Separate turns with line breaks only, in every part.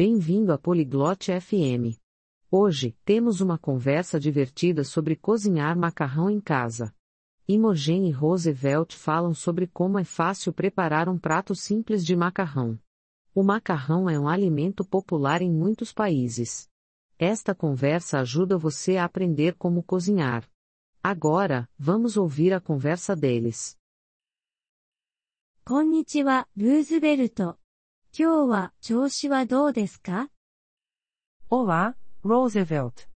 Bem-vindo à Poliglote FM. Hoje, temos uma conversa divertida sobre cozinhar macarrão em casa. Imogen e Roosevelt falam sobre como é fácil preparar um prato simples de macarrão. O macarrão é um alimento popular em muitos países. Esta conversa ajuda você a aprender como cozinhar. Agora, vamos ouvir a conversa deles.
こんにちは、ルーズベルト。今日は調子はどうですか
Olá, Roosevelt.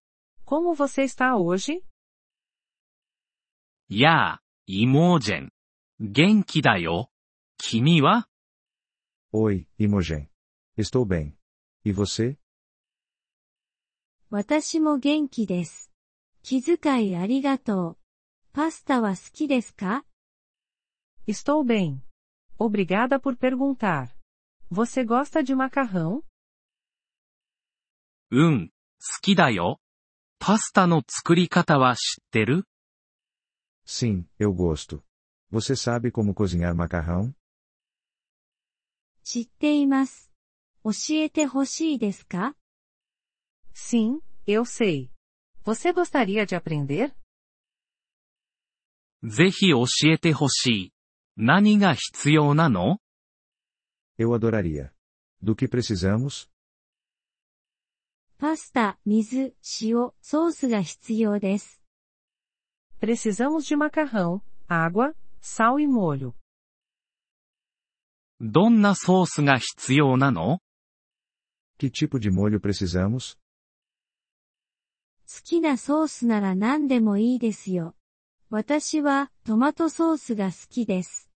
Como você está hoje?
やあ、イモージェン。元気だよ。君は
Oi, Imogen. Estou bem. E você?
私も元気です。気遣いありがとう。パスタは好きですか
Estou bem. Obrigada por perguntar. Você gosta de macarrão?
うん、好きだよ。パスタの作り方は知ってる
Sim, eu gosto. Você sabe como cozinhar macarrão?
知っています。教えてほしいですか
Sim, eu sei. Você gostaria de aprender?
ぜひ教えてほしい。何が必要なの
Eu adoraria. Do que precisamos?
パスタ、水、塩、ソースが必要です。
Precisamos de macarrão, água, sal e molho.
どんなソースが必要なの
Que tipo de molho precisamos?
好きなソースなら何でもいいですよ。私はトマトソースが好きです。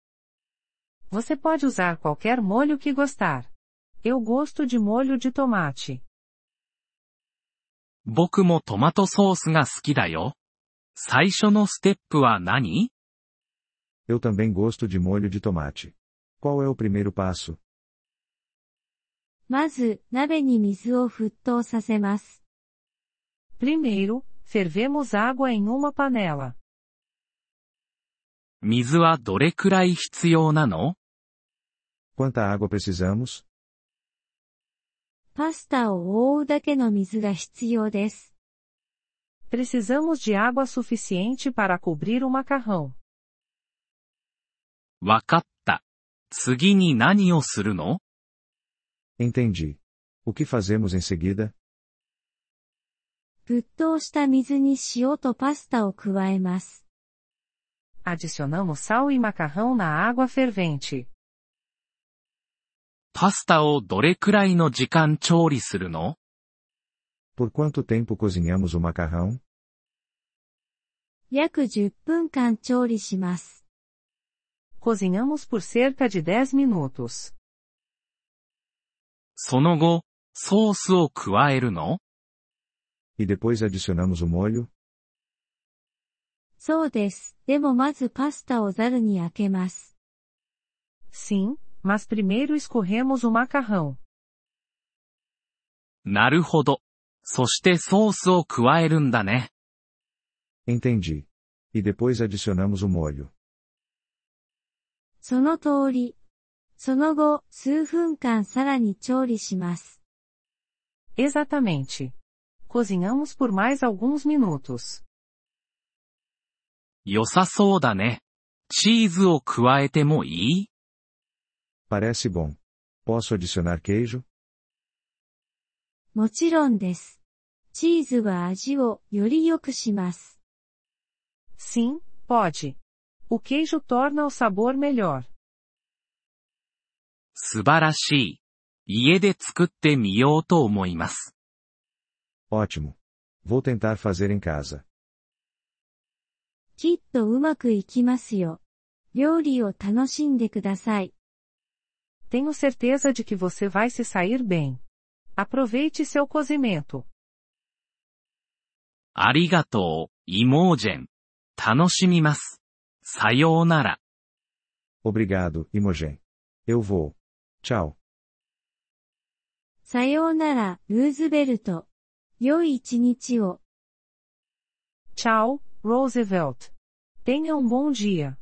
Você pode usar qualquer molho que gostar. Eu gosto de molho de tomate.
僕もトマトソースが好きだよ。最初のステップは何
Eu também gosto de molho de tomate. Qual é o primeiro passo?
まず、鍋に水を沸騰させます。
Primeiro, fervemos água em uma panela.
水はどれくらい必要なの
Quanta água precisamos?
パスタを覆うだけの水が必要です。
Precisamos de água suficiente para cobrir o macarrão.
わかった。次に何をするの
Entendi. O que fazemos em seguida?
沸騰した水に塩とパスタを加えます。
Adicionamos sal e macarrão na água fervente.
パスタをどれくらいの時間調理するの
Por quanto tempo cozinhamos o macarrão?
約10分間調理します。
Cozinhamos por cerca de 10 minutos.
その後、ソースを加えるの
E depois adicionamos o molho?
そうです。でもまずパスタをザルにあけます。
Sim, mas primeiro escorremos o macarrão.
なるほど。そしてソースを加えるんだね。
Entendi. E depois adicionamos o molho.
その通り。その後、数分間さらに調理します。
Exatamente. Cozinhamos por mais alguns minutos.
良さそうだね。チーズを加えてもいい
Parece bom. Posso adicionar queijo?
もちろんです。チーズは味をより良くします。
Sim, pode. O queijo torna o sabor melhor.
素晴らしい。家で作ってみようと思います。
Ótimo. Vou tentar fazer em casa.
きっとうまくいきますよ。料理を楽しんでください。
Tenho certeza de que você vai se sair bem. Aproveite seu cozimento.
ありがとう、イモージェン。楽しみます。さようなら。
Obrigado, Imogen. Eu vou. Tchau.
さようなら、ルーズベルト。良い一日を。
Tchau, Roosevelt. Tenha um bom dia.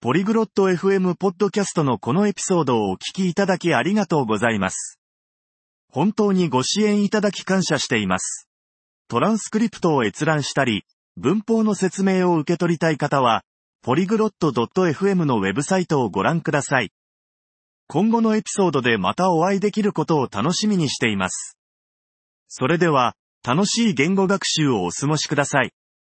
ポリグロット FM ポッドキャストのこのエピソードをお聞きいただきありがとうございます。本当にご支援いただき感謝しています。トランスクリプトを閲覧したり、文法の説明を受け取りたい方は、ポリグロット .fm のウェブサイトをご覧ください。今後のエピソードでまたお会いできることを楽しみにしています。それでは、楽しい言語学習をお過ごしください。